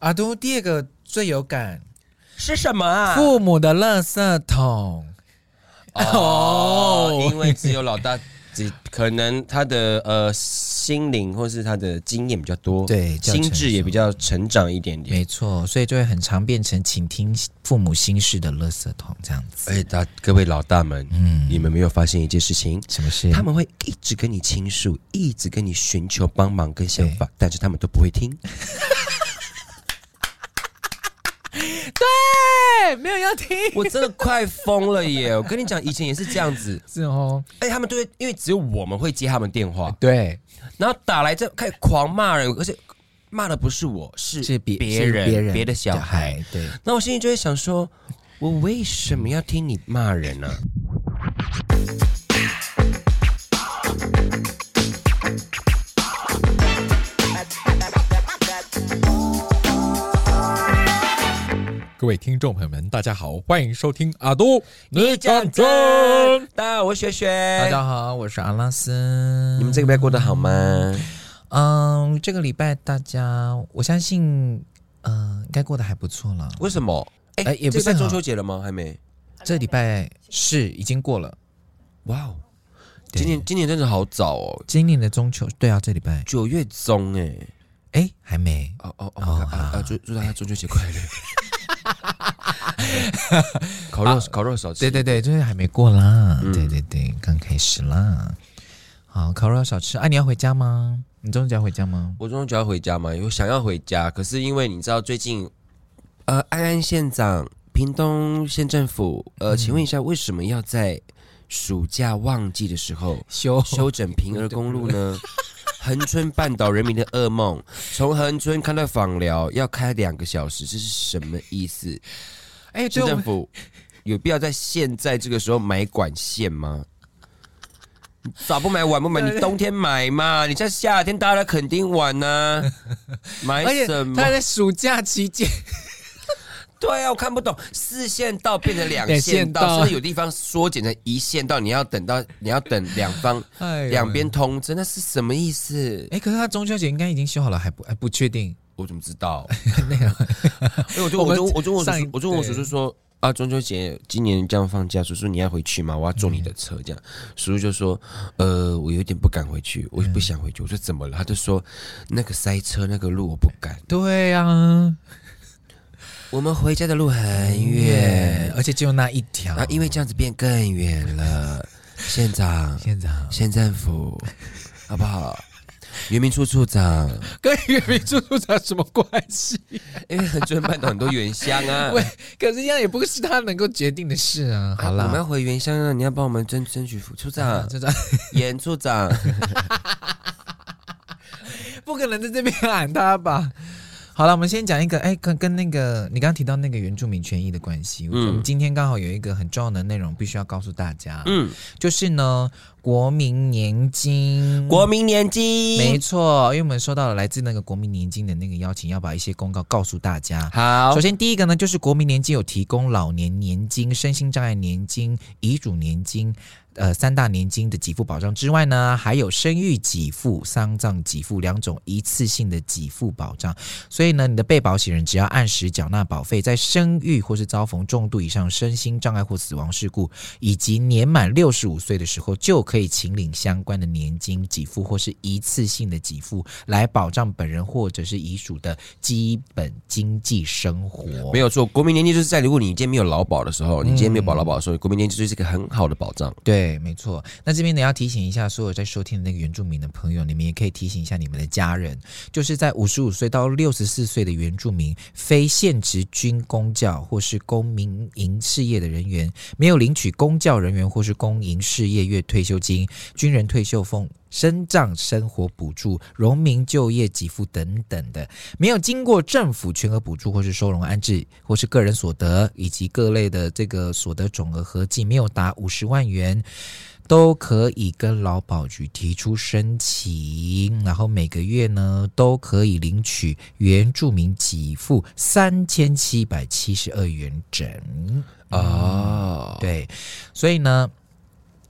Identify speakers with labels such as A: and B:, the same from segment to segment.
A: 阿都第二个最有感，
B: 是什么啊？
A: 父母的垃圾桶。
B: 哦，因为只有老大，只可能他的呃心灵或是他的经验比较多，
A: 对较
B: 心智
A: 成
B: 也
A: 熟
B: 比较成长一点点。
A: 没错，所以就会很常变成请听父母心事的垃圾桶这样子。
B: 而且哎大各位老大们，
A: 嗯
B: 你们没有发现一件事情？
A: 什么事？
B: 他们会一直跟你倾诉，一直跟你寻求帮忙跟想法，但是他们都不 会听。
A: 对没有要听，
B: 我真的快疯了耶！我跟你讲，以前也是这样子，
A: 是哦，
B: 哎，他们都会，因为只有我们会接他们电话，
A: 对，
B: 然后打来这开始狂骂人，而且骂的不是我，是
A: 是别
B: 别
A: 是
B: 人
A: 别人
B: 别的小孩。，
A: 对，
B: 那我心里就会想说，我为什么要听你骂人啊呢、
C: 各位听众朋友们，大家好，欢迎收听阿都你讲真。
B: 大家好，我是雪雪，
A: 大
B: 大
A: 家好，我是阿拉斯。
B: 你们这个礼拜过得好吗？
A: 嗯，这个礼拜大家，我相信，嗯，应该过得还不错了。
B: 为什么？哎、
A: 哎也不是
B: 这礼拜
A: 很好
B: 中秋节了吗？还没。
A: 这礼拜是已经过了，
B: 哇哦，
A: 对
B: 今年今年真的好早哦，
A: 今年的中秋，对啊，这礼拜，
B: 九月中哎。
A: 哎，还没，
B: 哦哦哦，
A: 哦
B: 啊啊！
A: 好
B: 祝祝大家中秋节快乐。 烤肉烤肉少吃，
A: 对对对，就是还没过啦，
B: 嗯
A: 对对对，刚开始啦。好，烤肉少吃。哎、你要回家吗？你中午就要回家吗？
B: 我中秋要回家嘛，有想要回家，可是因为你知道最近，呃，安安县长、屏东县政府，呃，请问一下，为什么要在暑假旺季的时候
A: 休
B: 修整平儿公路呢？ 恒春半岛人民的噩梦，从恒春开到访寮要开两个小时，这是什么意思？
A: 哎，
B: 市
A: 对，我
B: 政
A: 们
B: 府有必要在现在这个时候买管线吗？你早不买晚不买，你冬天买嘛？你在夏天大家肯定晚 呢、买
A: 而且
B: 什么
A: 哎他？还在暑假期间，
B: 对啊，我看不懂，四线道变成两
A: 两
B: 线
A: 线
B: 道，
A: 道
B: 甚至有地方缩减成一线道，你要等到你要等两方
A: 哎呦
B: 两边。通知，那是什么意思？
A: 哎，可是他中秋节应该已经休好了，还不还不确定。
B: 我怎么知 道？
A: 那个
B: 因为我就
A: 我
B: 我
A: 们
B: 就我就问我
A: 上
B: 叔
A: 一
B: 叔，我就问我叔叔
A: 对
B: 说啊，中秋节今年这样放假，叔叔你要回去吗？我要坐你的车这样。叔叔就说，呃，我有点不敢回去，我不想回去。我说怎么了？他就说那个塞车那个路我不敢，
A: 对啊，
B: 我们回家的路很远，
A: 而且只有那一条。
B: 啊，因为这样子变更远了。县长、
A: 现在啊
B: 县政府，好不好？原民处处长，
A: 跟月饼叔叔长什么关 系？
B: 因为恒春半岛很多原乡啊。
A: 喂，可是这样也不是他能够决定的事啊。好
B: 我们
A: 啦，
B: 要回原乡啊！你要帮我们争争取副处 长、
A: 就这样，
B: 严 处长。
A: 不可能在这边喊他吧？好了，我们先讲一个，哎，跟跟那个你刚刚提到那个原住民权益的关系，我
B: 嗯
A: 们今天刚好有一个很重要的内容必须要告诉大家，
B: 嗯，
A: 就是呢，国民年金，
B: 国民年金
A: 没错，因为我们收到了来自那个国民年金的那个邀请，要把一些公告告诉大家。
B: 好
A: 首先，第一个呢，就是国民年金有提供老年年金、身心障碍年金、遗嘱年金，呃，三大年金的给付保障之外呢，还有生育给付、丧葬给付两种一次性的给付保障。所以呢，你的被保险人只要按时缴纳保费，在生育或是遭逢重度以上身心障碍或死亡事故，以及年满六十五岁的时候，就可以请领相关的年金给付或是一次性的给付，来保障本人或者是遗属的基本经济生活。
B: 没
A: 有
B: 有错，国民年金就是在如果你今天没有劳保的时
A: 嗯
B: 候，你今天没有保劳保的时候，国民年金就是一个很好的保障。
A: 对，没错。那这边呢，要提醒一下所有在收听的那个原住民的朋友，你们也可以提醒一下你们的家人，就是在五十五岁到六十四岁的原住民、非现职军公教或是公民营事业的人员，没有领取公教人员或是公营事业月退休金、军人退休俸、身障生活补助、农民就业给付等等的，没有经过政府全额补助或是收容安置，或是个人所得以及各类的这个所得总额合计没有达五十万元。都可以跟劳保局提出申请，然后每个月呢都可以领取原住民给付三千七百七十二元整。
B: 哦，
A: 对，所以呢，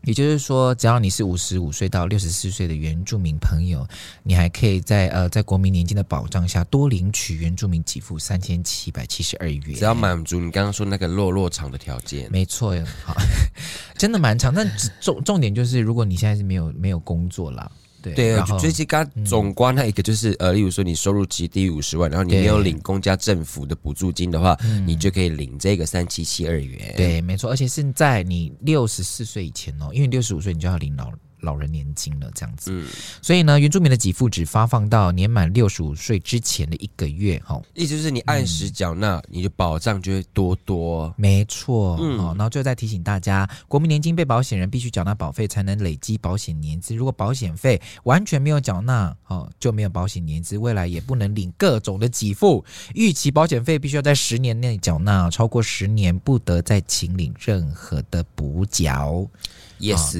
A: 也就是说，只要你是五十五岁到六十四岁的原住民朋友，你还可以在呃在国民年金的保障下多领取原住民给付三千七百七十二元，
B: 只要满足你刚刚说那个落落场的条件，
A: 没错，好， 真的蛮长。但重重点就是，如果你现在是没有没有工作啦，对
B: 对，
A: 然
B: 我
A: 后嗯
B: 最近刚总观那一个就是呃，例如说你收入其实低于五十万，然后你
A: 对嗯
B: 没有领公家政府的补助金的话，你就可以领这个三七七二元。，
A: 对，没错，而且是在你六十四岁以前哦，因为六十五岁你就要领老老人年金了，这样子。
B: 嗯，
A: 所以呢，原住民的给付只发放到年满六十五岁之前的一个月，哈、
B: 意思就是你按时缴
A: 嗯
B: 纳，你的保障就会多多。
A: 没错，
B: 嗯
A: 哦，然后最后再提醒大家，国民年金被保险人必须缴纳保费才能累积保险年资，如果保险费完全没有缴纳，哦，就没有保险年资，未来也不能领各种的给付。预期保险费必须要在十年内缴纳，超过十年不得再请领任何的补缴。
B: 啊 Yes，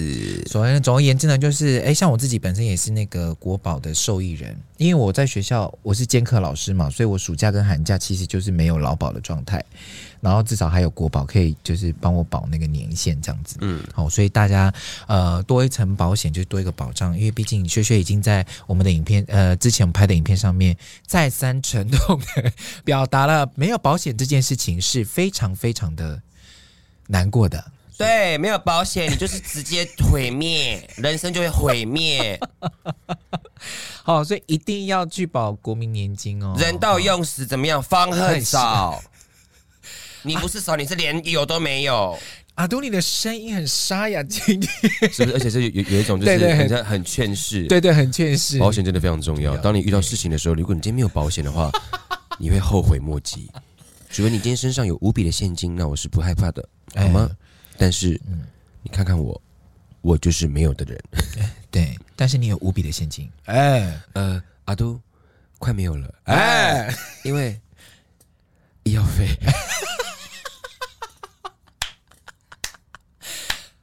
A: 所以总而言之呢，就是哎，像我自己本身也是那个国宝的受益人，因为我在学校我是兼课老师嘛，所以我暑假跟寒假其实就是没有劳保的状态，然后至少还有国保可以就是帮我保那个年限这样子。
B: 嗯，
A: 好、所以大家呃多一层保险就多一个保障，因为毕竟薛薛已经在我们的影片呃之前我们拍的影片上面再三沉痛的 表达了没有保险这件事情是非常非常的难过的。
B: 对，没有保险，你就是直接毁灭，人生就会毁灭，
A: 好，所以一定要去保国民年金哦。
B: 人到用时怎么样？方恨少。你不是少，你是连有都没有，
A: 阿杜，你的声音很沙哑，今天
B: 是不是？而且是有有有一种就
A: 对对
B: 是
A: 很
B: 很像很劝世，
A: 对对，很劝世。
B: 保险真的非常重要。
A: 对啊
B: 当你遇到事情的时候，如果你今天没有保险的话，你会后悔莫及。除非你今天身上有无比的现金，那我是不害怕的，
A: 哎
B: 好吗？但是、
A: 嗯
B: 你看看我，我就是没有的人。
A: 对，但是你有无比的现金，哎
B: 呃， 阿都快没有了，哎，
A: 哎，
B: 因为医药 费。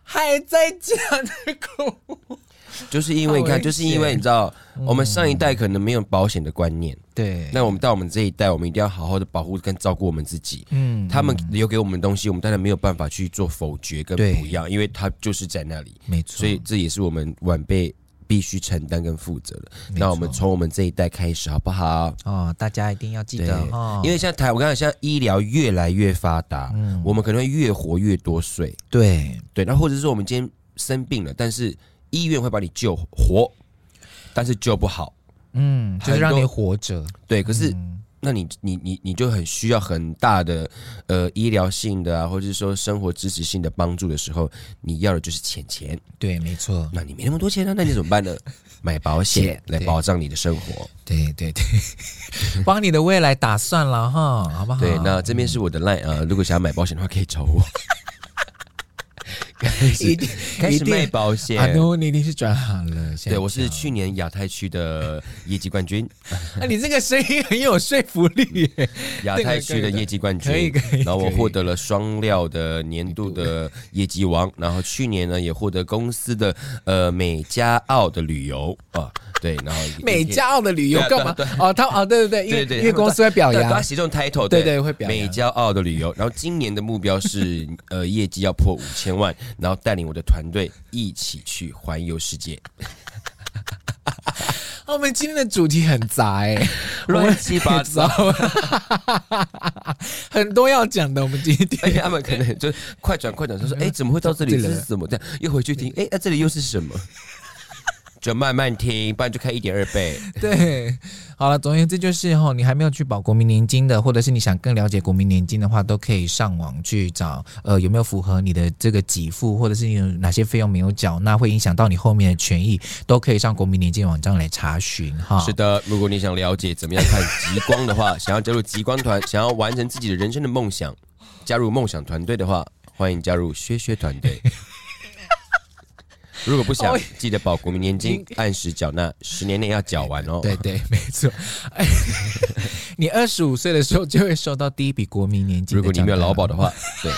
A: 还在讲这个，
B: 就是因为你
A: 好
B: 看，
A: 危嗯
B: 就是因为你知道，我们上一代可能没有保险的观念，
A: 对，
B: 那我们到我们这一代，我们一定要好好的保护跟照顾我们自己。
A: 嗯，
B: 他们留给我们的东西，我们当然没有办法去做否决跟
A: 对
B: 不要，因为它就是在那里，
A: 没错，
B: 所以这也是我们晚辈必须承担跟负责的。
A: 没错
B: 那我们从我们这一代开始，好不好？
A: 哦，大家一定要记
B: 对
A: 得哦，，
B: 因为像台，我刚才像医疗越来越发达，
A: 嗯
B: 我们可能会越活越多岁，
A: 对
B: 对，那或者是说我们今天生病了，但是医院会把你救活，但是救不好。
A: 嗯，就是
B: 很
A: 让
B: 多
A: 你活着，
B: 对，可是、
A: 嗯
B: 那你你你你就很需要很大的呃医疗性的啊，或者是说生活支持性的帮助的时候，你要的就是钱钱。
A: 对，没错，
B: 那你没那么多钱啊，那你怎么办呢？买保险
A: 对哦
B: 来保障你的生活。
A: 对对 对，帮你的未来打算了哈，好不好？
B: 对，那这边是我的 line 啊、如果想要买保险的话，可以找我。开
A: 一
B: 始
A: 定
B: 开
A: 一
B: 始
A: 定啊
B: 卖保
A: 阿
B: 险。
A: 杜，你一定是转行了，现在
B: 对，我是
A: 讲
B: 去年亚太区的业绩冠军，
A: 啊，你这个声音很有说服力 耶。
B: 亚太区的业绩冠军，
A: 可以可以
B: 然后我
A: 可以
B: 获得了双料的年度的业绩王，然后去年呢也获得公司的呃美加澳的旅游啊，对，然后
A: 美加澳的旅游干嘛？哦，他哦，对对对，因为
B: 对对
A: 因为公司会表
B: 对，他
A: 扬，
B: 写这种 title，
A: 对对会表扬
B: 美加澳的旅游，然后今年的目标是 呃业绩要破五千万，然后带领我的团队一起去环游世界，
A: 哦我们今天的主题很杂哎，
B: 乱七
A: 啊
B: 八糟。
A: 很多要讲的。我们今
B: 而且
A: 天
B: 哎他们可能就快转快转，他说：“哎、怎么会到这里？这是怎么这样？”又回去听，哎、那、这里又是 什么？就慢慢听，不然就开一点二倍。
A: 对，好了，总而言之就是哈，你还没有去保国民年金的，或者是你想更了解国民年金的话，都可以上网去找，呃，有没有符合你的这个给付，或者是你有哪些费用没有缴纳，会影响到你后面的权益，都可以上国民年金网站来查询哈。
B: 是的，如果你想了解怎么样看极光的话，想要加入极光 团，想要完成自己的人生的梦想，加入梦想团队的话，欢迎加入薛薛团 队。如果不想，记得保国民年金，按时缴纳，十年内要缴完哦。
A: 对对，没错。 哎，你二十五岁的时候就会收到第一笔国民年金。
B: 如果你没有劳保，的话， 对。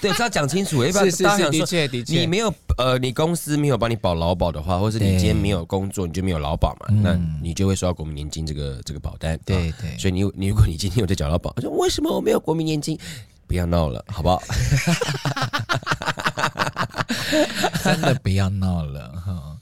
B: 对，这要讲清楚，要不然
A: 是是
B: 大家
A: 是，
B: 想
A: 的
B: 说
A: 确的确，
B: 你没有呃，你公司没有帮你保劳保的话，或是你
A: 对嗯
B: 今天没有工作，你就没有劳保嘛，那你就会收到国民年金这个这个保单。啊
A: 对对
B: 所以你你如果你今天有在缴劳保，我说为什么我没有国民年金？不要闹了，好不好？
A: 真的不要闹了 哈。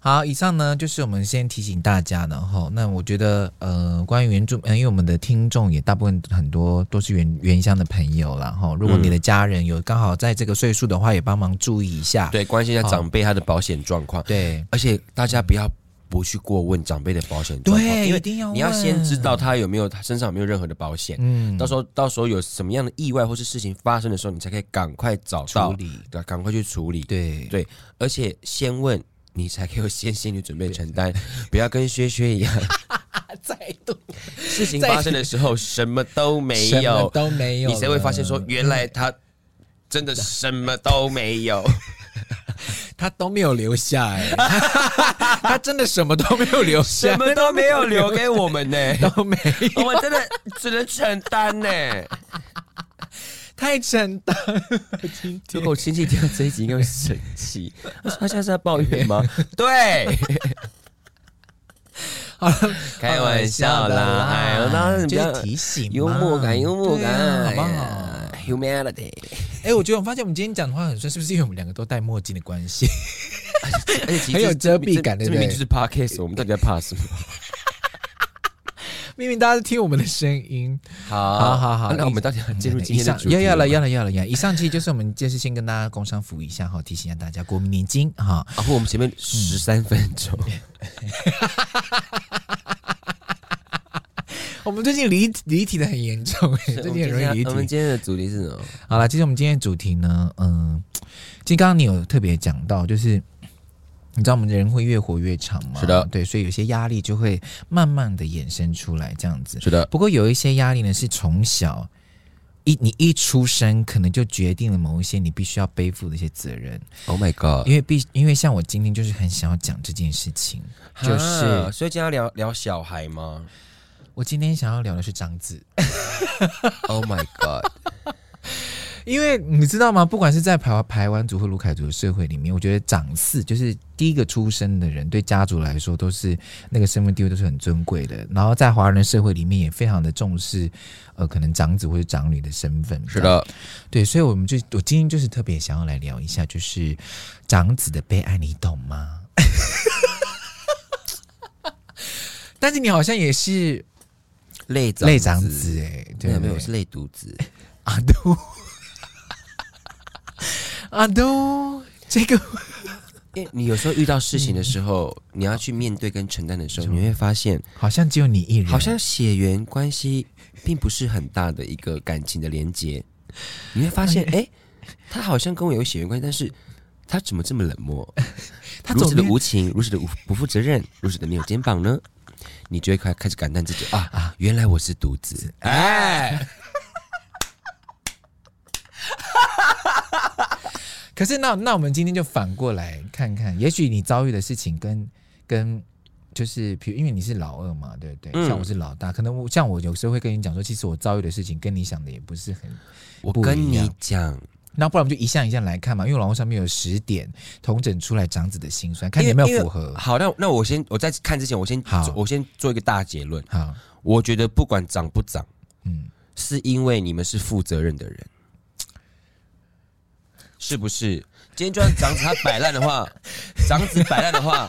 A: 好，以上呢就是我们先提醒大家的哈。那我觉得呃，关于原住，嗯，因为我们的听众也大部分很多都是原原乡的朋友啦哈。如果
B: 嗯
A: 你的家人有刚好在这个岁数的话，也帮忙注意一下。
B: 对，关心一下长辈他的保险状况，
A: 嗯对
B: 而且大家不要不去过问长辈的保险状况，
A: 对
B: 因
A: 一定要
B: 为
A: 问
B: 你要先知道他有没有他身上有没有任何的保险，
A: 嗯
B: 到时候到时候有什么样的意外或是事情发生的时候，你才可以赶快找到
A: 处，理
B: 对吧，赶快去处理，
A: 对
B: 对，而且先问。你才可以有先心理准备承担，不要跟薛薛一样，
A: 再度
B: 事情发生的时候什么都 没
A: 什么
B: 有，
A: 都没有了，
B: 你才会发现 说，原来他真的什么都没有。
A: 他都没有留下哎、 他真的什么都没有留下，
B: 什么都没有留给我们呢、
A: 都没有
B: 我们真的只能承担呢、
A: 太简单了，今
B: 如
A: 天
B: 果我亲戚听到这一集，应该会生气。他现在是在抱怨吗？ 对，
A: 好了，
B: 开玩笑啦。哎呦，那你比
A: 就
B: 较
A: 是提醒嘛
B: 幽默感，幽默
A: 对
B: 感，
A: 啊好不
B: 哎
A: 好？
B: 呀？Humanity，
A: 哎、我觉得我发现我们今天讲的话很顺，是不是因为我们两个都戴墨镜的关系？
B: 而且其实
A: 很有遮蔽
B: 这
A: 感对
B: 这
A: 不对
B: 明明就是 podcast，我们到底在怕什么？
A: 明明大家是听我们的声音，
B: 好
A: 好好好
B: 那我们到底要进入今天的
A: 以上
B: 主题
A: 要要了
B: 吗
A: 要了要了要了。以上期就是我们就是先跟大家工商服务一下哈，提醒一下大家国民年金哈。
B: 啊，不，我们前面十三分 钟，
A: 我们最近离离题的很严重哎、最
B: 我们
A: 近很容易
B: 今
A: 离
B: 天我们
A: 题。
B: 今天的主题是什么？
A: 好了，其实我们今天的主题呢，嗯，其实刚刚你有特别讲到，就是你知道我们人会越活越长嘛，
B: 是的
A: 对，所以有些压力就会慢慢的衍生出来这样子。
B: 是的，
A: 不过有一些压力呢，是从小一你一出生，可能就决定了某一些你必须要背负的一些责任，
B: Oh my god！
A: 因为必因为像我今天就是很想要讲这件事情，就是
B: 啊所以今天要聊聊小孩吗
A: 我今天想要聊的是长子，
B: ？Oh my god！
A: 因为你知道吗？不管是在排排湾族或卢凯族的社会里面，我觉得长嗣就是第一个出生的人，对家族来说都是那个身份地位都是很尊贵的。然后在华人的社会里面，也非常的重视，呃，可能长子或者长女的身份。
B: 是，的，
A: 对，所以我们就我今天就是特别想要来聊一下，就是长子的悲哀，你懂吗？ 但是你好像也是
B: 类长
A: 类长子哎、对不
B: 没有没有，
A: 对
B: 我是类独子。
A: 阿都，阿都，这个
B: 因为你有时候遇到事情的时候，你要去面对跟承担的时候，你会发现，
A: 好像只有你一人，
B: 好像血缘关系并不是很大的一个感情的连接。你会发现，哎、他好像跟我有血缘关系，但是他怎么这么冷漠？
A: 他
B: 如
A: 走
B: 此的
A: 边
B: 无情，如此的无不负责任，如此的没有肩膀呢？你就会开开始感叹自己 啊，原来我是独子。
A: 哎。可是那那我们今天就反过来看看，也许你遭遇的事情跟跟就是，比如因为你是老二嘛，对不对？
B: 嗯
A: 像我是老大，可能我像我有时候会跟你讲说，其实我遭遇的事情跟你想的也不是很。
B: 我
A: 不一
B: 跟你
A: 样
B: 讲，
A: 那不然我们就一项一项来看嘛，因为网络上面有十点统整出来长子的辛酸，看你有没
B: 因
A: 有
B: 为啊
A: 符合。
B: 好，那那我先我在看之前，我先
A: 嗯好
B: 做我先做一个大结论。
A: 好，
B: 我觉得不管长不长，
A: 嗯，
B: 是因为你们是负责任的人，是不是？今天就算长子他摆烂的话，长子摆烂的话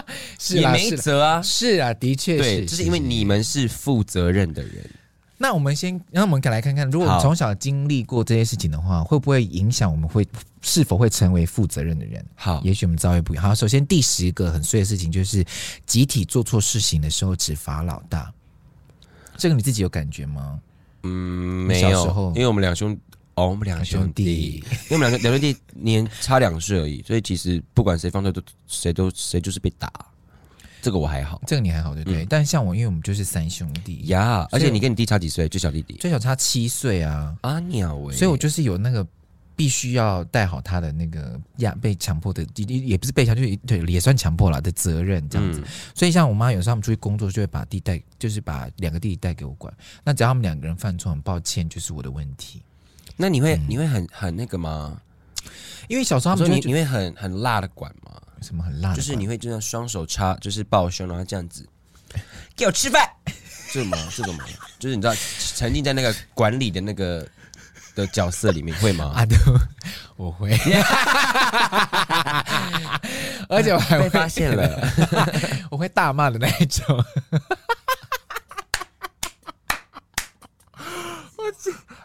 A: 是
B: 也
A: 啦
B: 没
A: 是啦
B: 辙啊。
A: 是啊，的确
B: 对，
A: 是，
B: 这是因为你们是负责任的人。
A: 那我们先，那我们来看看，如果我们
B: 好
A: 从小经历过这些事情的话，会不会影响我们会是否会成为负责任的人？
B: 好，
A: 也许我们遭遇不一样。好，首先第十个很衰的事情就是集体做错事情的时候只罚老大，这个你自己有感觉吗？
B: 嗯，
A: 你
B: 没
A: 小时
B: 有
A: 候，
B: 因为我们两兄，哦，我们两兄弟，因为我们两个两兄弟年差两岁而已，所以其实不管谁犯错都谁都谁就是被打，这个我还好
A: 这个你还好对不对？
B: 嗯
A: 但像我，因为我们就是三兄弟，
B: 呀。
A: 所
B: 而
A: 以
B: 且你跟你弟差几岁？就小弟弟
A: 最小差七岁啊，
B: 啊，鸟哎、
A: 所以我就是有那个。必须要带好他的那个压被强迫的，也也不是被强，就是对也算强迫了的责任这样子。
B: 嗯
A: 所以像我妈有时候他们出去工作，就会把弟带，就是把两个弟弟带给我管。那只要他们两个人犯错，很抱歉，就是我的问题。
B: 那你会、你会很很那个吗？
A: 因为小时候
B: 嗯他
A: 他们就会
B: 说你
A: 觉
B: 你会很很辣的管吗？
A: 得什么很辣的管，
B: 就是你会这样双手插，就是抱胸，然后这样子，给我吃饭，这个吗？这个吗？就是你 知道沉浸在那个管理的那个的角色里面会吗？
A: 啊，对，
C: 我 会，而且我还
B: 被
C: 会
B: 发 现了，
C: 我会大骂的那一种。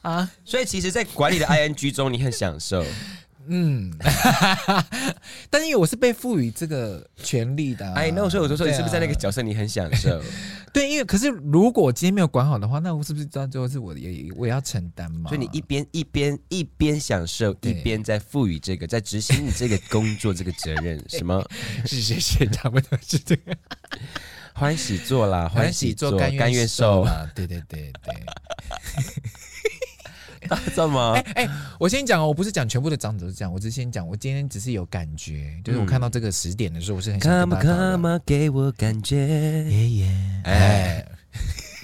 C: 啊，
B: 所以其实，在管理的 ing 中，你很享 受。
C: 嗯，但是因为我是被赋予这个权利的啊、
B: 哎，那所以我就说，你是不是在那个
C: 对啊
B: 角色你很享受？
C: 对，因为可是如果今天没有管好的话，那我是不是到最后是我的也我也要承担嘛？
B: 所以你一边一边一边享受，
C: 对
B: 一边在赋予这个，在执行你这个工作这个责任，什么
C: 是是是，差不多是这个
B: 欢喜做啦，欢喜做，甘
C: 甘
B: 愿
C: 愿
B: 受，
C: 嘛？对对对对。
B: 知道吗？
C: 哎、 我先讲哦，我不是讲全部的长者都这样，我只是先讲，我今天只是有感觉，就是我看到这个时点的时候，我是很想跟
B: Come
C: 大
B: on,
C: 家讨
B: come
C: 论
B: on，给我感觉。
A: 爷爷，
B: 哎，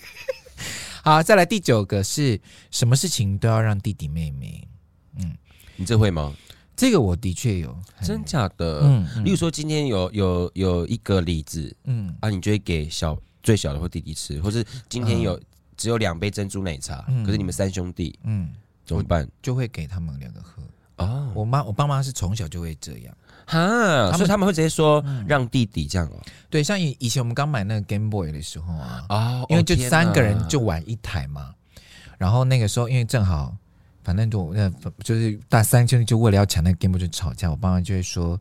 A: 好，再来第九个是什么事情都要让弟弟妹妹，
B: 你这会吗？
A: 这个我的确有，
B: 真假的？
A: 哎嗯
B: 例如说，今天有有有一个李子
A: 嗯
B: 啊，你就会给小最小的或弟弟吃，或是今天有只有两杯珍珠奶茶，
A: 嗯
B: 可是你们三兄弟
A: 嗯，
B: 怎么办？
A: 就会给他们两个喝。
B: 哦，
A: 我妈我爸妈是从小就会这样，
B: 哈，
A: 嗯们
B: 所以他们会直接说让弟弟这样哦。
A: 对，像以以前我们刚买那个 Game Boy 的时候啊，
B: 哦
A: 因为就三个人就
B: 天
A: 玩一台嘛，然后那个时候因为正好，反正就那就是大三兄弟就为了要抢那个 Game Boy 就吵架，我爸妈就会说，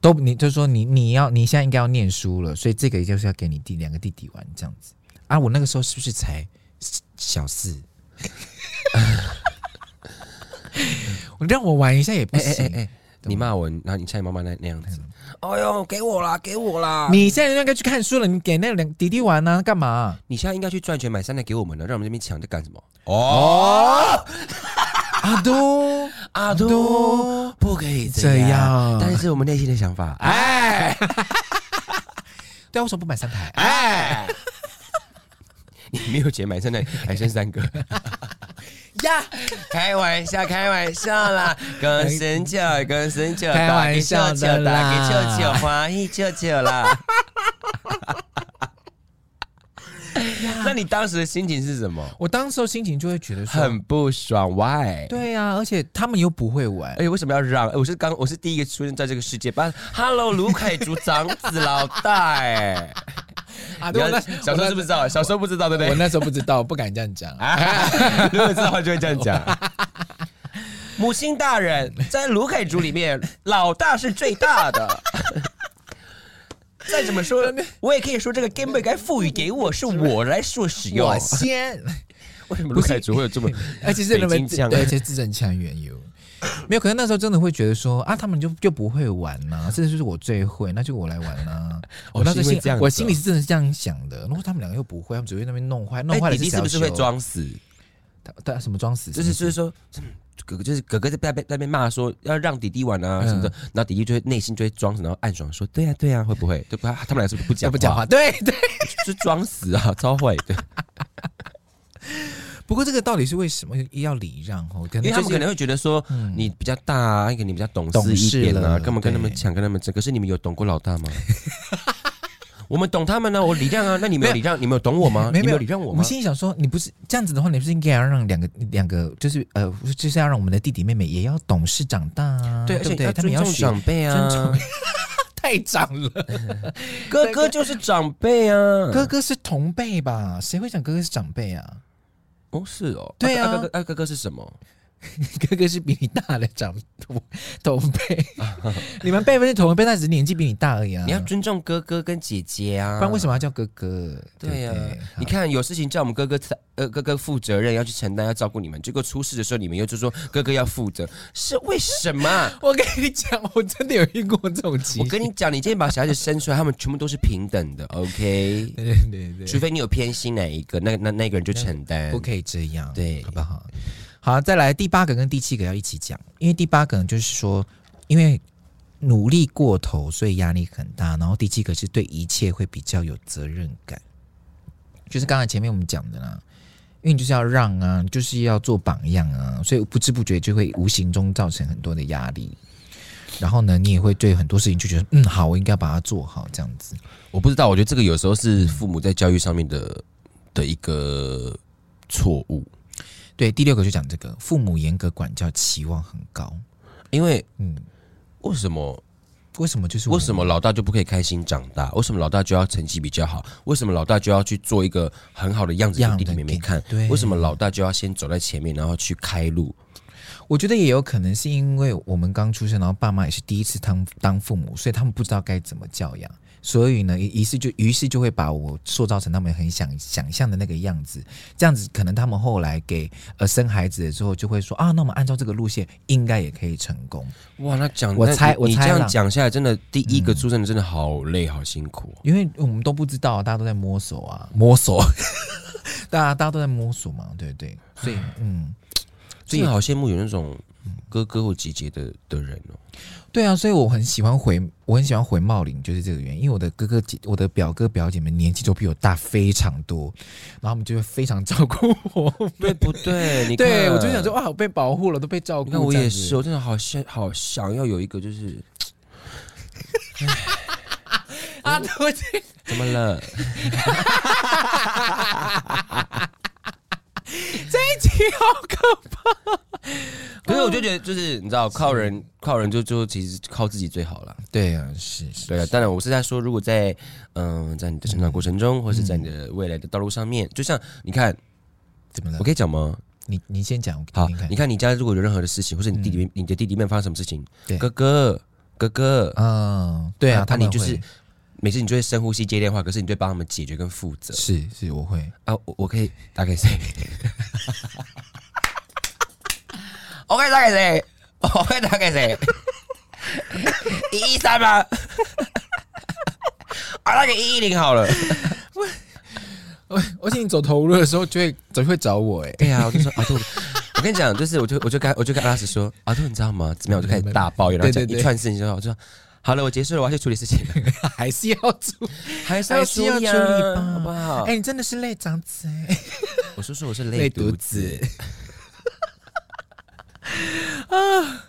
A: 都你就说你你要你现在应该要念书了，所以这个就是要给你弟两个弟弟玩这样子啊，我那个时候是不是才小四？
C: 我让我玩一下也不
B: 哪
C: 行。
B: 哎哎哎哎，你骂我，然后你像你妈妈那那样子，哎呦，给我啦，给我啦！你
C: 你现在应该去看书了，你给那两弟弟玩
A: 啊
C: 呢、干嘛、
B: 你现在应该去赚钱买三台给我们了，让我们这边抢，在干什么？
C: 阿
A: 啊哦
C: 都，
B: 哦阿
C: 多
B: 不可以
C: 这样
B: 但是我们内心的想法，
C: 哎，
B: 哎
C: 对啊，为什么不买三台？
B: 哎，你没有钱买 三台，还剩三个，
C: 呀，
B: 开玩笑，开玩笑啦，跟神舅，跟神舅，
C: 开玩笑的啦
B: 打给舅舅，打给舅舅，欢喜舅舅啦。那你当时的心情是什么？
C: 我当时候心情就会觉得说，
B: 很不爽，why？
C: 对啊，而且他们又不会玩
B: 而，且为什么要让？哎，我是刚，我是第一个出现在这个世界。把 Hello，卢凯族长子老大、哎，
C: 阿
B: 你
C: 都
B: 看
C: 啊那
B: 小时候是不是知道？小时候不知道对不
C: 我
B: 对？
C: 那时候不知道，不敢这样 讲。
B: 啊，如果知道的话就会这样讲。母亲大人，在卢凯族里面，老大是最大的。再怎么说，我也可以说这个 Game Boy 该赋予给我，是我来做使用。哎
C: 我先，
B: 为什么卢凯族会有这么
C: 而且是那
B: 北
C: 么
B: 京腔
C: 对，而且字正腔圆有。没有，可是那时候真的会觉得说啊，他们就就不会玩呐、这就是我最会，那就我来玩呐、我那时候
B: 是因为
C: 心
B: 这 样子哦
A: 我心里是真的是这样想的。如果他们两个又不会，他们只会在那边弄坏，弄
B: 哎
A: 坏了
B: 弟弟是
A: 谁要
B: 不是会
A: 修？
B: 装死？
A: 他他什么装死？
B: 就是就是说，嗯哥哥就是哥哥在那边那边骂说要让弟弟玩啊什么的，然后弟弟就会内心就会装死，然后暗爽说对呀、啊对呀、会不会？对不？他们俩是不是不
A: 都
B: 讲
A: 不讲 话，对对。
B: 就装死啊，超坏的。
A: 不过这个到底是为什么要礼让哦？可能
B: 因为他们
A: 就是
B: 可能会觉得说，你比较大啊，一个你比较懂事一点
A: 懂事
B: 啊，
A: 了
B: 干嘛跟他们
A: 对
B: 抢，跟他们争？可是你们有懂过老大吗？ 我们懂他们呢、我礼让啊。那你们有礼让，你们有懂我吗？
A: 没有
B: 你们
A: 没有
B: 礼让我
A: 我
B: 吗
A: 们？心里想说，你不是这样子的话，你不是应该要让两个两个，就是呃，就是要让我们的弟弟妹妹也要懂事长大啊，对
B: 对，而
A: 不
B: 且
A: 对？
B: 要
A: 他们
B: 尊
A: 也要
B: 重
A: 学
B: 长辈啊
A: 尊，重 太长了。
B: 哥哥就是长辈啊。
A: 哥哥是同辈吧？谁会讲哥哥是长辈啊？
B: 哦，是哦，
A: 对啊
B: 哥哥，啊哥哥是什么？
A: 哥哥是比你大的长同同 辈，你们辈分是同辈，但只是年纪比你大而已啊。
B: 你要尊重哥哥跟姐姐啊，
A: 不然为什么要叫哥哥？
B: 对呀、
A: 不对
B: 你看有事情叫我们哥哥承，呃，哥哥负责任，要去承担，要照顾你们。结果出事的时候，你们又就说哥哥要负责，是为什么啊？
C: 我跟你讲，我真的有遇过这种情
B: 我跟你讲，你今天把小孩子生出来，他们全部都是平等 的，OK？
C: 对对对，
B: 除非你有偏心哪一个，那那那个人就承担
A: 不。可以这样，
B: 对
A: 好不好？好，再来第八个跟第七个要一起讲，因为第八个就是说，因为努力过头，所以压力很大，然后第七个是对一切会比较有责任感，就是刚才前面我们讲的啦。因为你就是要让啊，你就是要做榜样啊，所以不知不觉就会无形中造成很多的压力。然后呢，你也会对很多事情就觉得，嗯，好，我应该把它做好，这样子。
B: 我不知道，我觉得这个有时候是父母在教育上面的的一个错误。
A: 对，第六个就讲这个，父母严格管教，期望很高。
B: 因为
A: 嗯，
B: 为什么
A: 为什么就是我
B: 为什么老大就不可以开心长大？为什么老大就要成绩比较好？为什么老大就要去做一个很好的样子给
A: 样
B: 弟弟
A: 的
B: 妹妹
A: 给
B: 看？
A: 对
B: 为什么老大就要先走在前面，然后去开路？
A: 我觉得也有可能是因为我们刚出生，然后爸妈也是第一次当当父母，所以他们不知道该怎么教养，所以呢，于是就于是就会把我塑造成他们很想想象的那个样子。这样子，可能他们后来给呃生孩子了之后，就会说啊，那我们按照这个路线，应该也可以成功。
B: 哇，那讲
A: 我
B: 那
A: 猜
B: 你
A: 我
B: 你
A: 猜
B: 这
A: 啦嗯
B: 样讲下来，真的第一个出生的真的好累，好辛苦哦。
A: 因为我们都不知道，大家都在摸索啊，摸索， 大家大家都在摸索嘛，对不对？所以，嗯，
B: 所以好羡慕有那种哥哥或姐姐的的人哦。
A: 对啊，所以我很喜欢回，我很喜欢回茂林，就是这个原因。因为我的哥哥姐、我的表哥表姐们年纪都比我大非常多，然后他们就会非常照顾 我。
B: 对不对？ 你看啊
A: 对，我就想说，哇，啊我被保护了，都被照顾。
B: 你看我
A: 这样
B: 也
A: 子
B: 是，我真的好想好想要有一个，就是
A: 啊，对不起，
B: 怎么了？
A: 好可
B: 可是我就觉得，就是你知道，靠人靠人就就其实靠自己最好了。
A: 对啊，是是，
B: 对啊，当然我是在说，如果在嗯、在你的成长过程中，或是在你的未来的道路上面，就像你看，
A: 怎么了
B: 我？可以讲吗？
A: 你你先讲，我
B: 好
A: 听听，
B: 你
A: 看，
B: 看你家如果有任何的事情，或者你弟弟妹、你的弟弟妹发生什么事情
A: 对，
B: 哥哥哥哥，
A: 嗯，对啊，
B: 那
A: 他
B: 你
A: 们
B: 就是
A: 会
B: 每次你就会深呼吸接电话，可是你就会帮他们解决跟负责
A: 是是，我会，
B: 啊。我我可以打给谁？我可以打给谁？我可以打给谁？一一三吗？啊，打给一一零好了。
A: 而且你走投无路的时候，就会总会找我， 哎，
B: 对啊呀、我就说阿杜，我跟你讲，就是我就我就跟我就跟阿拉斯说，阿杜你知道吗？怎么样？我就开始大抱怨，然后讲
A: 对对对
B: 一串事情之后，我就说好了，我结束了，我要去处理事情了，
A: 还是要做。
B: 还是
A: 还
B: 要
A: 是
B: 处
A: 要
B: 理
A: 处理
B: 啊，
A: 吧
B: 好不好？
A: 哎，你真的是累长子，哎。
B: 我说说我是
A: 累
B: 累
A: 犊
B: 犊
A: 子
B: 子，
A: 啊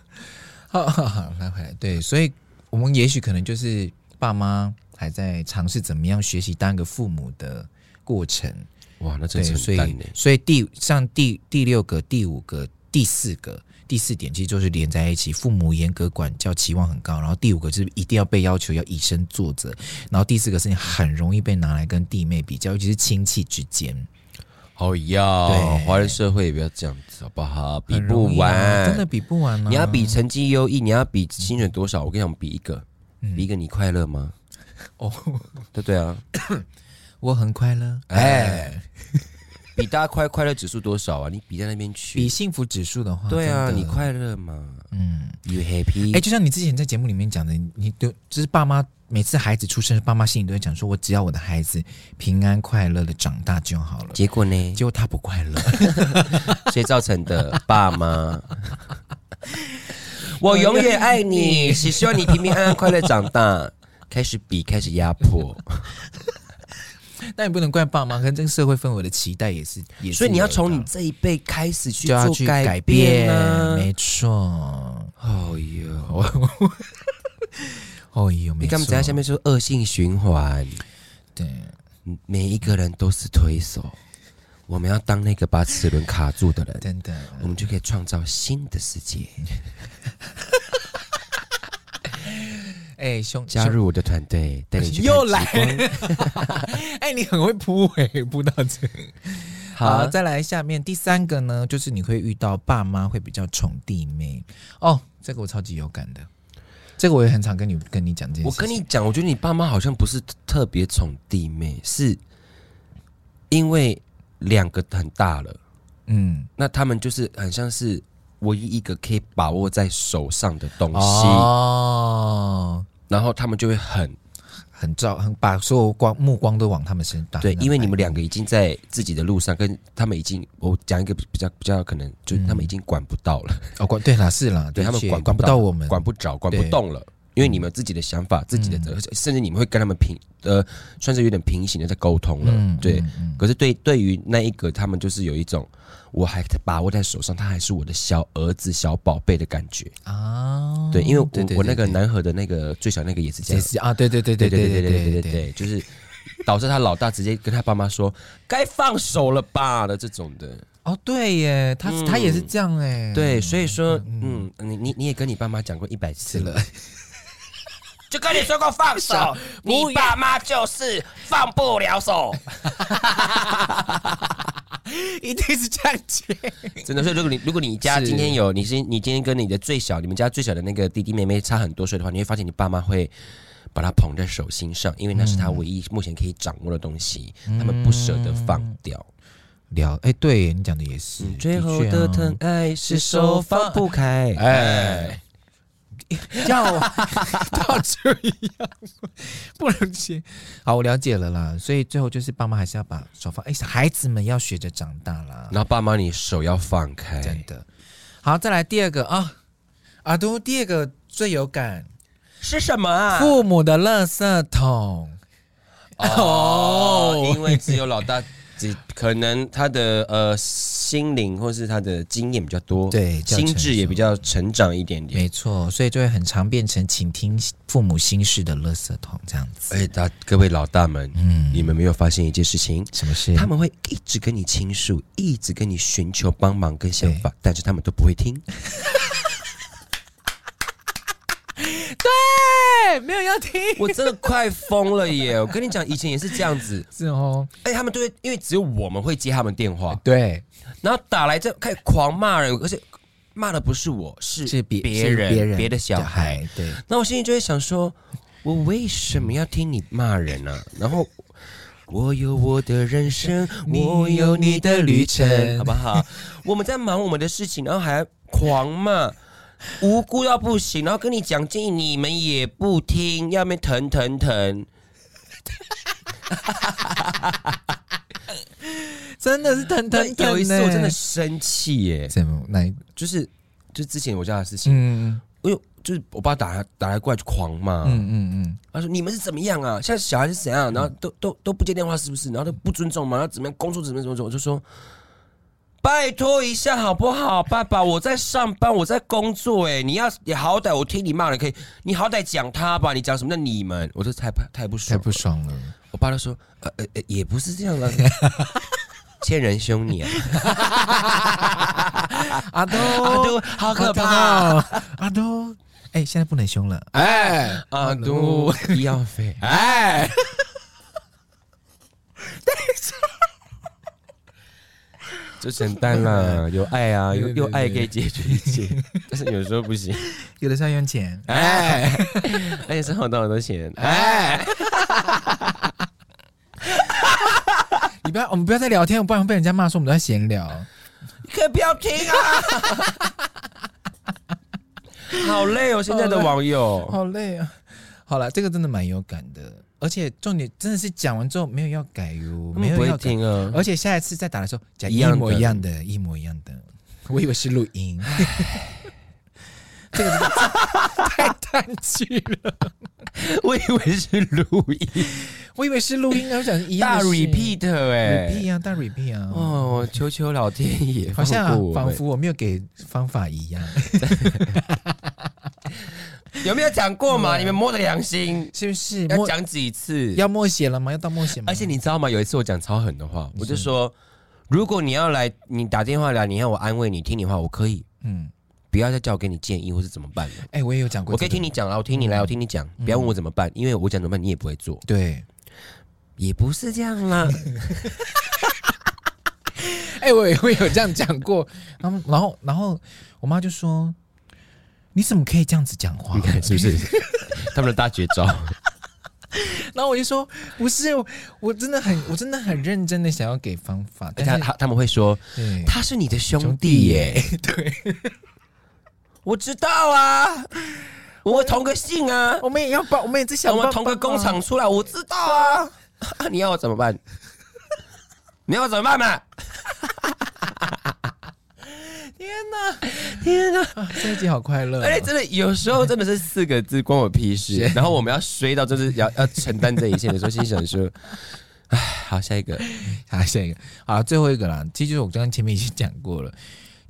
A: 好好好，来回来。对，所以我们也许可能就是爸妈还在尝试怎么样学习当一个父母的过程。
B: 哇，那
A: 对，
B: 真是
A: 所
B: 很淡
A: 以
B: 呢。
A: 所以第像第第六个、第五个、第四个、第四点其实就是连在一起。父母严格管教，期望很高，然后第五个就是一定要被要求要以身作则，然后第四个是你很容易被拿来跟弟妹比较，尤其是亲戚之间，
B: 好要
A: 对
B: 华人社会也不要这样子，好不好？比
A: 很容
B: 不
A: 易啊真的
B: 完，
A: 比不完啊！
B: 你要比成绩优异，你要比薪水多少？我跟你讲，我们比一个，比一个你快乐吗？
A: 嗯哦，
B: 对不对啊，
A: 我很快乐，
B: 哎
A: 哎，
B: 比大家快快乐指数多少啊？你比在那边
A: 比
B: 去，
A: 幸福指数的话，
B: 对啊，
A: 真的
B: 你快乐吗
A: 嗯。
B: ？You happy？
A: 哎、就像你之前在节目里面讲的，你都就是爸妈每次孩子出生，爸妈心里都会讲说，我只要我的孩子平安快乐的长大就好了。
B: 结果呢？
A: 结果他不快 乐，
B: 谁造成的？爸 妈。我永远爱你，只希望你平平安安、快乐长大。开始比，开始压迫，
A: 但也不能怪爸妈，跟这个社会氛围的期待也是，也是
B: 所以你要从
A: 有
B: 你
A: 的啊
B: 这一辈开始去
A: 就要
B: 做
A: 去
B: 改
A: 变，
B: 啊！
A: 没错。
B: 哦哟，
A: 哦哟，没
B: 你
A: 错
B: 干嘛在下面说恶性循环？
A: 对，
B: 每一个人都是推手，我们要当那个把齿轮卡住的人，
A: 真的，
B: 我们就可以创造新的世界。
A: 哎、兄
B: 加入我的团队，带你去看
A: 又来
B: 极光，
A: 兄 哎、你很会铺哎、铺到这个。好，
B: 好，
A: 再来下面第三个呢，就是你会遇到爸妈会比较宠弟妹哦，这个我超级有感的，这个我也很常跟你跟你讲这件事情。
B: 我跟你讲，我觉得你爸妈好像不是特别宠弟妹，是因为两个很大了，
A: 嗯，
B: 那他们就是很像是唯一一个可以把握在手上的东西，
A: 哦，
B: 然后他们就会很
A: 很照，很把所有光目光都往他们身上。
B: 对，因为你
A: 们
B: 们两个已经在自己的路上，跟他们已经，我讲一个比较比较可能，就
A: 嗯
B: 他们已经管不到了，
A: 哦，管对啦，是啦，
B: 对他们
A: 的确
B: 管
A: 管不
B: 不
A: 到
B: 到
A: 我们，
B: 管不着，管不
A: 对嗯
B: 动了。因为你们有自己的想法、自己的责任，甚至你们会跟他们平呃，算是有点平行的在沟通了，对。
A: 嗯嗯
B: 可是对对于那一个，他们就是有一种我还把握在手上，他还是我的小儿子、小宝贝的感觉。
A: 啊，
B: 对，因为我
A: 对
B: 我那个
A: 对
B: 南河的那个最小那个也是这
A: 也
B: 样，
A: 是啊，对对对对对
B: 对
A: 对
B: 对
A: 对
B: 对对，就是导致他老大直接跟他爸妈说该放手了吧的这种的。
C: 哦，对耶，他、他也是这样哎，
B: 嗯对，所以说，嗯，你你你也跟你爸妈讲过一百次了，就跟你说过放手，你爸妈就是放不了手，
C: 一定是这样讲。
B: 真的。所以如果你如果你家
C: 是
B: 今天有你是你今天跟你的最小，你们家最小的那个弟弟妹妹差很多岁的话，你会发现你爸妈会。把他捧在手心上，因为那是他唯一目前可以掌握的东西，他们不舍得放掉。
A: 聊，哎，对你讲的也是，
B: 嗯最后
A: 确啊
B: 的疼爱是手放不开，哎，
C: 要我
B: 啊
C: 到这样，不能接。
A: 好，我了解了啦。所以最后就是爸妈还是要把手放，哎，孩子们要学着长大啦，
B: 然后爸妈，你手要放开，
A: 真的。好，再来第二个啊，阿都第二个最有感，
B: 是什么啊
A: 父母的垃圾桶。
B: 哦，因为只有老大，只可能他的呃心灵或是他的经验比较多，
A: 对较
B: 心
A: 成
B: 智也
A: 熟
B: 比较成长一点点。
A: 没错，所以就会很常变成请听父母心事的垃圾桶这样子。
B: 而且哎大各位老大们，
A: 嗯，
B: 你们没有发现一件事情？
A: 什么事？
B: 他们会一直跟你倾诉，一直跟你寻求帮忙跟想法，但是他们都不会听。
A: 对没有要听，
B: 我真的快疯了耶！我跟你讲，以前也是这样子，
A: 是哦，
B: 哎，他们都会，因为只有我们会接他们电话，
A: 对，
B: 然后打来这开始狂骂人，而且骂的不是我，是
A: 是别
B: 别
A: 是
B: 人
A: 别人
B: 别的小孩。，
A: 对，
B: 那我心里就会想说，我为什么要听你骂人呢、啊？然后。我有我的人生，我有你的旅 程，好不好？我们在忙我们的事情，然后还狂 骂，无辜到不行，然后跟你讲建议，你们也不听，要么疼疼疼。
A: 真的是疼
B: 但嗯
A: 疼疼。
B: 有一次我真的生气耶，
A: 怎么那一
B: 就是就之前我家的事情，
A: 嗯
B: 哎呦，就是我爸打来打来过来就狂骂，
A: 嗯嗯嗯，
B: 他说你们是怎么样啊？现在小孩是怎样？然后都都都不接电话是不是？然后都不尊重嘛？然后怎么样？工作怎么样怎么样怎么样？我就说。拜托一下好不好，爸爸？我在上班，我在工作、哎，你要也好歹我听你骂了可以，你好歹讲他吧，你讲什么叫你们？我就太不太不
A: 太
B: 爽。
A: 不爽了。
B: 我爸就说，呃呃呃，也不是这样啊，千人凶你啊，
A: 阿都
B: 阿都好可怕，
A: 阿都，哎，现在不能凶了。
C: 哎
B: 阿都医药费，
C: 哎，
B: 就承担啦，有爱啊，有有爱可以解决一切， 但是有时候不行。
A: 有的时候要用钱，
B: 哎，而且身后都很多钱，哎，
A: 你不要，我们不要再聊天，不然会被人家骂说我们都在闲聊。
B: 哦可以不要听啊！ 好累哦，现在的网友，
A: 好累啊！好了，这个真的蛮有感的，而且重点真的是讲完之后没有要改哟，
B: 他
A: 没
B: 们不
A: 有
B: 会
A: 要改，
B: 听啊。
A: 而且下一次再打的时候讲
B: 一
A: 一
B: 样的
A: 模嗯一样的，一模一样的。 我以为是录音，这个真的 太叹气了。
B: 我以为是录音，
A: 我以为是录音啊，我想一样
B: 大
A: 的事
B: repeat 哎，
A: repeat 啊，大 repeat 啊。
B: 哦，求求老天爷，
A: 好像、
B: 放过我欸
A: 仿
B: 们
A: 佛我没有给方法一样，
B: 有没有讲过嘛？你们摸着良 心，
A: 是不是？
B: 要
A: 默
B: 讲几次？
A: 要默写了吗？要到默写吗？
B: 而且你知道吗？有一次我讲超狠的话，我就说，如果你要来，你打电话来，你要我安慰你，听你话，我可以，
A: 嗯，
B: 不要再叫我给你建议或是怎么办了。
A: 哎、我也有讲过、
B: 我可以听
A: 你。
B: 你讲啦，我听你来，我听你讲，不要问我怎么办，因为我讲怎么办你也不会做，
A: 对，
B: 也不是这样啦。
A: 哎、我也会有这样讲过。然后，然后，然后我妈就说：“你怎么可以这样子讲话
B: 你看 是不 是他们的大绝招？？”
A: 然后我就说：“不是，我真的很，我真的很认真的想要给方法，但
B: 他
A: 是
B: 他他们会说
A: 对
B: 他是你的兄弟耶，对，我知道啊，我们同个姓啊，
A: 我们也要帮，我们也在想
B: 我们
A: 办法
B: 同个工厂出来，我知道啊。 啊你要我怎么 办？你要我怎么办 嘛？
A: 天哪，
B: 天哪！
A: 啊这一集好快乐、
B: 而且真的有时候真的是四个字关我屁事，然后我们要衰到就是要要承担这一切的时候，心想说， 唉，好下一个，
A: 好，下一个，好，最后一个啦。其实我刚刚前面已经讲过了，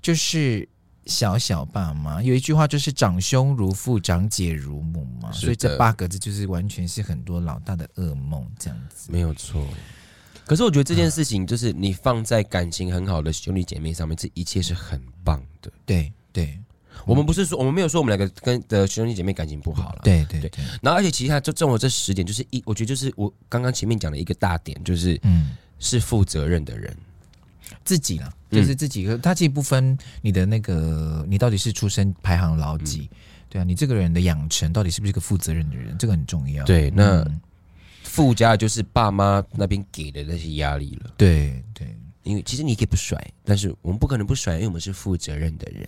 A: 就是小小爸妈有一句话就是“长兄如父，长姐如母”嘛，
B: 是的
A: 所以这八个字就是完全是很多老大的噩梦这样子。
B: 没有错，可是我觉得这件事情，就是你放在感情很好的兄弟姐妹上面，这一切是很棒的。
A: 对对
B: 我们不是说，我们没有说我们两个跟的兄弟姐妹感情不好了。
A: 对对
B: 对
A: 对，
B: 然后，而且其实他就中了这十点，就是一，我觉得就是我刚刚前面讲的一个大点，就是
A: 嗯，
B: 是负责任的人。
A: 自己啦，
B: 嗯
A: 就是自己，他其实不分你的那个，你到底是出身排行老几，
B: 嗯
A: 对啊，你这个人的养成到底是不是一个负责任的人，这个很重要。
B: 对，那
A: 嗯
B: 附加的就是爸妈那边给的那些压力了。
A: 对对，
B: 因为其实你可以不甩，但是我们不可能不甩，因为我们是负责任的人。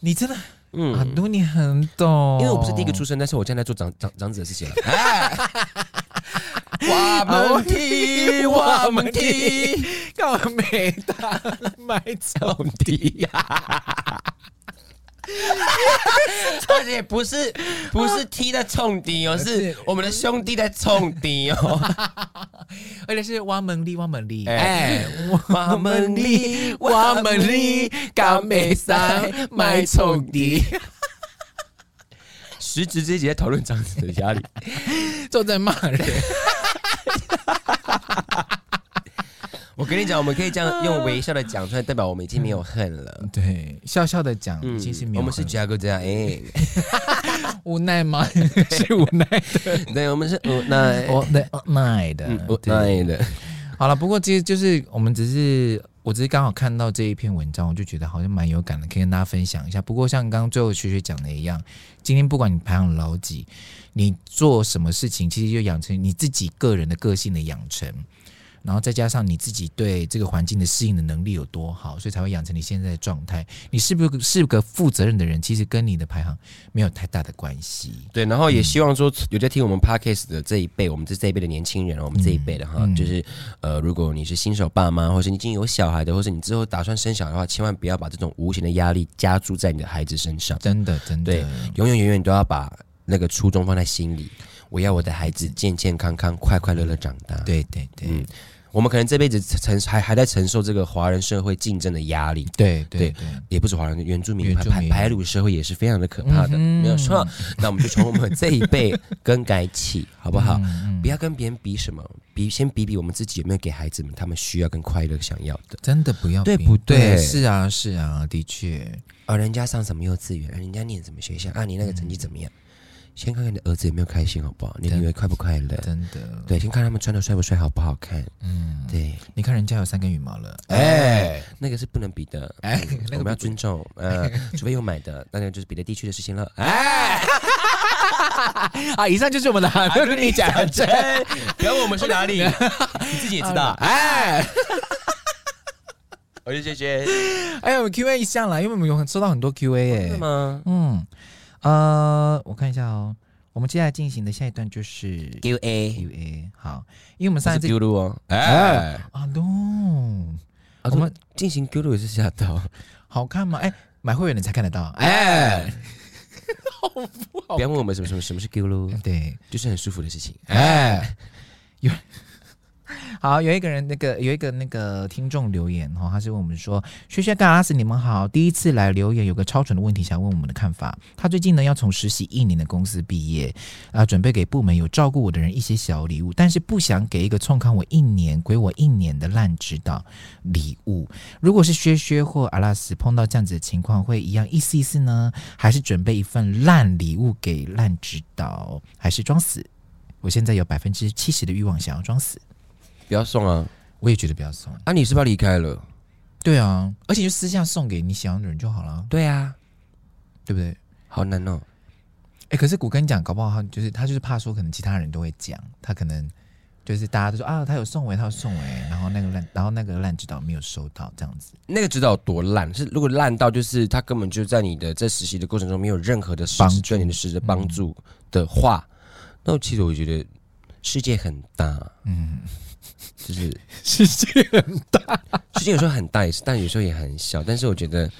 A: 你真的
B: 嗯，
A: 阿都你很懂，
B: 因为我不是第一个出生，但是我现在做长长长子的事 情了。哎，我们踢，我们踢，
A: 告美大买走
B: 踢呀！而且不是不是踢在冲敌哦，是我们的兄弟在冲敌哦。
A: 而且是挖门力，挖门力，
B: 哎，我们力，我们力，干美山买冲敌。时值这一集在讨论长子的压力，
A: 都在骂人。
B: 我跟你讲，我们可以这样用微笑的讲出来，代表我们已经没有恨了。
A: 对，笑笑的讲，其实没有
B: 我们嗯是
A: 很
B: Jago 这样，哎，
A: 无奈吗？ 是无奈的，
B: 对，我们是无奈，
A: 我的无奈的
B: 嗯，无
A: 对
B: 奈的，
A: 好了，不过其实就是我们只是，我只是刚好看到这一篇文章，我就觉得好像蛮有感的，可以跟大家分享一下。不过像刚刚最后学学讲的一样，今天不管你排行老几，你做什么事情，其实就养成你自己个人的个性的养成，然后再加上你自己对这个环境的适应的能力有多好，所以才会养成你现在的状态。你是不是是个负责任的人，其实跟你的排行没有太大的关系。
B: 对，然后也
A: 嗯
B: 希望说有在听我们 podcast 的这一辈，我们这这一辈的年轻人，我们这
A: 嗯
B: 一辈的哈，就是呃，如果你是新手爸妈，或是你已经有小孩的，或是你之后打算生小孩的话，千万不要把这种无形的压力加注在你的孩子身上。
A: 真的，真的，
B: 对，永远永远都要把那个初衷放在心里。我要我的孩子健健康康、快快乐乐长大。，
A: 对对对、
B: 嗯，我们可能这辈子承还还在承受这个华人社会竞争的压力，
A: 对
B: 对
A: 对对，
B: 也不止华人，原住民
A: 原
B: 排
A: 住民
B: 排排鲁社会也是非常的可怕的，
A: 嗯哼
B: 没有错。那我们就从我们这一辈更改起，好不好？
A: 嗯嗯
B: 不要跟别人比什么，比先比比我们自己有没有给孩子们他们需要跟快乐想要的。
A: 真的不要
B: 对
A: 比
B: 不对
A: 是啊，是啊，的确，
B: 而哦人家上什么幼稚园，啊人家念什么学校啊，你那个成绩怎么样？先看看你的儿子有没有开心，好不好？你的女儿快不快乐？
A: 真的。
B: 对，先看他们穿的帅不帅，好不好看。
A: 嗯，
B: 对，
A: 你看人家有三根羽毛了，
B: 哎，那个是不能比的， 哎，
A: 那个
B: 我们要尊重，呃，除非有买的，那就就是别的地区的事情了。哎，
A: 啊，以上就是我们的，就是 你讲的真，
B: 然后我们是哪里？ 你自己也知道。
A: 哎，
B: 我是谢谢，
A: 哎，我们 Q A 一下啦，因为我们有收到很多 Q A
B: 是
A: 哎，
B: 吗
A: 嗯，呃，我看一下哦，我们接下来进行的下一段就是
B: ？Q A，
A: Q A，好，因为我们上
B: 上
A: 一
B: 次
A: 次
B: Q 路哦，哎，
A: 啊 no，我
B: 我
A: 们
B: 们进行 Q 路也是吓到，
A: 好看吗？哎，买会员的才看得到，哎，
B: 哎，不要问我们什么什么什么是 Q 路，
A: 对，
B: 就是很舒服的事情。
A: 哎， 有好有一个人那个有一个那个听众留言哈、哦，他是问我们说：“学学跟阿拉斯你们好，第一次来留言，有个超蠢的问题想问我们的看法。他最近呢要从实习一年的公司毕业啊，准备给部门有照顾我的人一些小礼物，但是不想给一个冲康我一年归我一年的烂指导礼物。如果是薛薛或阿拉斯碰到这样子的情况，会一样意思意思呢，还是准备一份烂礼物给烂指导，还是装死？”我现在有百分之七十的欲望想要装死，
B: 不要送啊！
A: 我也觉得不要送。
B: 啊，你是不是要离开了？
A: 对啊，而且就私下送给你想要的人就好了，
B: 对啊，
A: 对不对？
B: 好难哦。
A: 哎，可是我跟你讲，搞不好他就是他就是怕说，可能其他人都会讲，他可能就是大家都说啊，他有送我，他有送我，然后那个烂，然后那个烂指导没有收到这样子。
B: 那个指导有多烂，是如果烂到就是他根本就在你的在实习的过程中没有任何的实
A: 帮
B: 质
A: 助
B: 对你的实质帮助的话，那其实我觉得世界很大，
A: 嗯，
B: 就是
A: 是这样。
B: 世界有时候很大也是，但有时候也很小。但是我觉得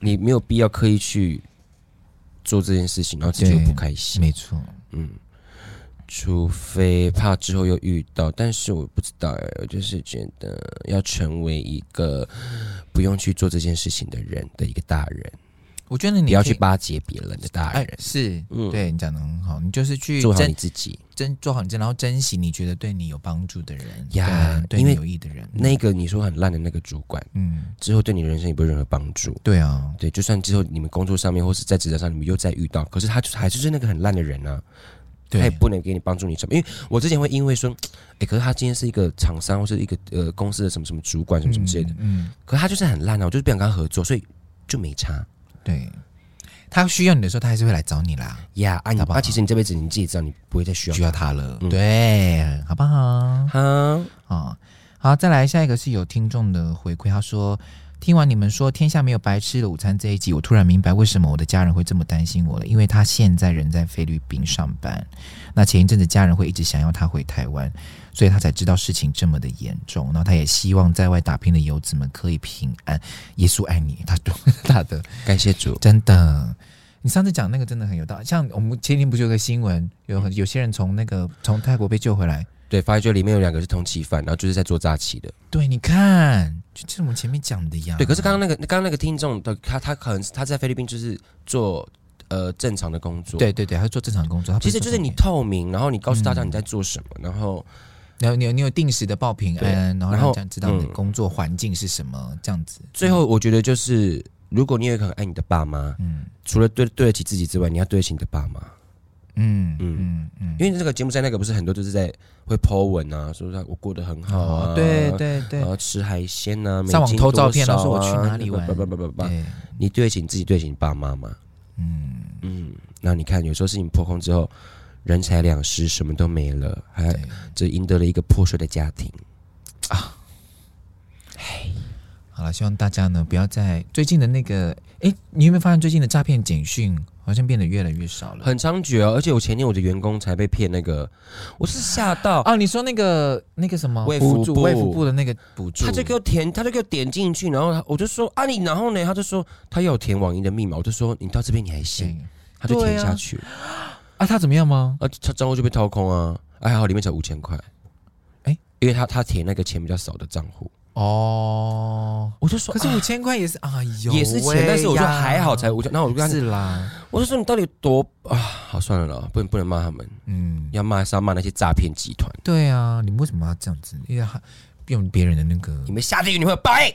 B: 你没有必要刻意去做这件事情，然后自己又
A: 对
B: 不开心，
A: 没错，
B: 嗯。除非怕之后又遇到，但是我不知道哎、我就是觉得要成为一个不用去做这件事情的人的一个大人。
A: 我觉得你
B: 不要
A: 可以
B: 去巴结别人的大
A: 哎
B: 人，，
A: 是，
B: 嗯
A: 对你讲的很好，你就是去
B: 做好
A: 珍
B: 你自己。
A: 珍做好你自己，然后珍惜你觉得对你有帮助的人，
B: 呀
A: 对对
B: 因
A: 你
B: 为
A: 有益的人，
B: 那个你说很烂的那个主管，
A: 嗯，
B: 之后对你人生也不会有任何帮助。
A: 对啊，
B: 对，就算之后你们工作上面或是在职场上你们又再遇到，可是他就是还就是那个很烂的人啊，他也
A: 对，
B: 不能给你帮助你什么。因为我之前会因为说，哎、可是他今天是一个厂商或是一个呃公司的什么什么主管什么什么之类的，
A: 嗯，嗯，
B: 可是他就是很烂啊，我就是不想跟他合作，所以就没差。
A: 对，他需要你的时候，他还是会来找你啦，
B: 呀、啊你
A: 好不好
B: 啊，其实你这辈子你自己知道你不会再需要
A: 需要他了，
B: 嗯
A: 对，好不好？
B: 哈，
A: 啊，好，再来下一个是有听众的回馈，他说。听完你们说“天下没有白吃的午餐”这一集，我突然明白为什么我的家人会这么担心我了，因为他现在人在菲律宾上班，那前一阵子家人会一直想要他回台湾，所以他才知道事情这么的严重，然后他也希望在外打拼的游子们可以平安。耶稣爱你，他 他的
B: 感谢主。
A: 真的。你上次讲那个真的很有道理，像我们前天不就有个新闻，有
B: 嗯
A: 很有些人从那个从泰国被救回来，
B: 对，发觉里面有两个是通缉犯，然后就是在做诈欺的。
A: 对，你看，就是我们前面讲的呀。
B: 对，可是刚刚那个刚刚那个听众的他他可能是他在菲律宾就是做呃正常的工作。。
A: 对对对，他做正常工作，他不
B: 其实就是
A: 做
B: 你
A: 诈骗
B: 透明，然后你告诉大家
A: 嗯
B: 你在做什么，然后
A: 然后你有你有定时的报平
B: 对
A: 安，然后
B: 然
A: 让
B: 后
A: 这样知道你的
B: 嗯
A: 工作环境是什么，这样子。
B: 最后我觉得就是，如果你有一个很爱你的爸妈，
A: 嗯，
B: 除了对对得起自己之外，你要对得起你的爸妈，
A: 嗯嗯
B: 嗯
A: 嗯嗯，
B: 因为这个节目在那个不是很多就是在会 po 文啊，说他我过得很好啊，
A: 哦，对对
B: 然
A: 对
B: 后吃海鲜啊，
A: 上网
B: 美金
A: 偷
B: 多
A: 照片啊
B: 少啊，
A: 说我去哪里玩
B: 不不不不不，
A: 对，
B: 你对得起你自己，对得起你爸妈吗？
A: 嗯，
B: 嗯，那你看，有时候事情破空之后，人财两失，什么都没了，还
A: 对
B: 这赢得了一个破碎的家庭。
A: 好了，希望大家呢不要在最近的那个，哎，你有没有发现最近的诈骗简讯好像变得越来越少了？
B: 很猖獗哦，而且我前天我的员工才被骗那个，我是吓到，
A: 哦，你说那个那个什么
B: 卫福
A: 补助
B: 部
A: 卫福部的那个补助，
B: 他就给我填，他就给我点进去，然后他我就说啊你，然后呢，他就说他要我填网银的密码，我就说你到这边你还信，
A: 对
B: 他就
A: 对
B: 填
A: 啊
B: 下去，
A: 啊，他怎么样吗？
B: 啊，他账户就被掏空啊，啊还好里面才五千块，
A: 哎
B: 因为他他填那个钱比较少的账户，
A: 哦，
B: 我就说
A: 可是
B: 啊
A: 五千块也是，哎呦，
B: 也是钱，但是我说还好才，五千，然后我就跟他
A: 是啦，
B: 我就说你到底有多啊，好算了啦，不能不能骂他们，
A: 嗯，
B: 要骂是要骂那些诈骗集团，
A: 对啊，你为什么要这样子？因为他用别人的那个
B: 你们下地狱你会有报应。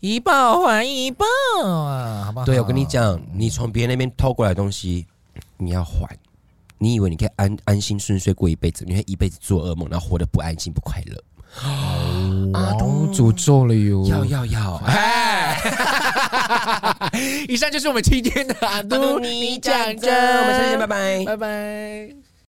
A: 一报还一报啊，好不好？
B: 对，我跟你，讲，你从别人那边偷过来的东西，你要还。你以为你可以安安心顺遂过一辈子？你会一辈子做噩梦，然后活得不安心、不快乐。
A: 啊，都诅咒了哟。
B: 要要要！ 哎，
A: 以上就是我们今天的阿
B: 都
A: 都
B: 你
A: 你
B: 讲
A: 讲
B: 真，我们下次见，
A: 真，
B: 拜拜。
A: 拜拜。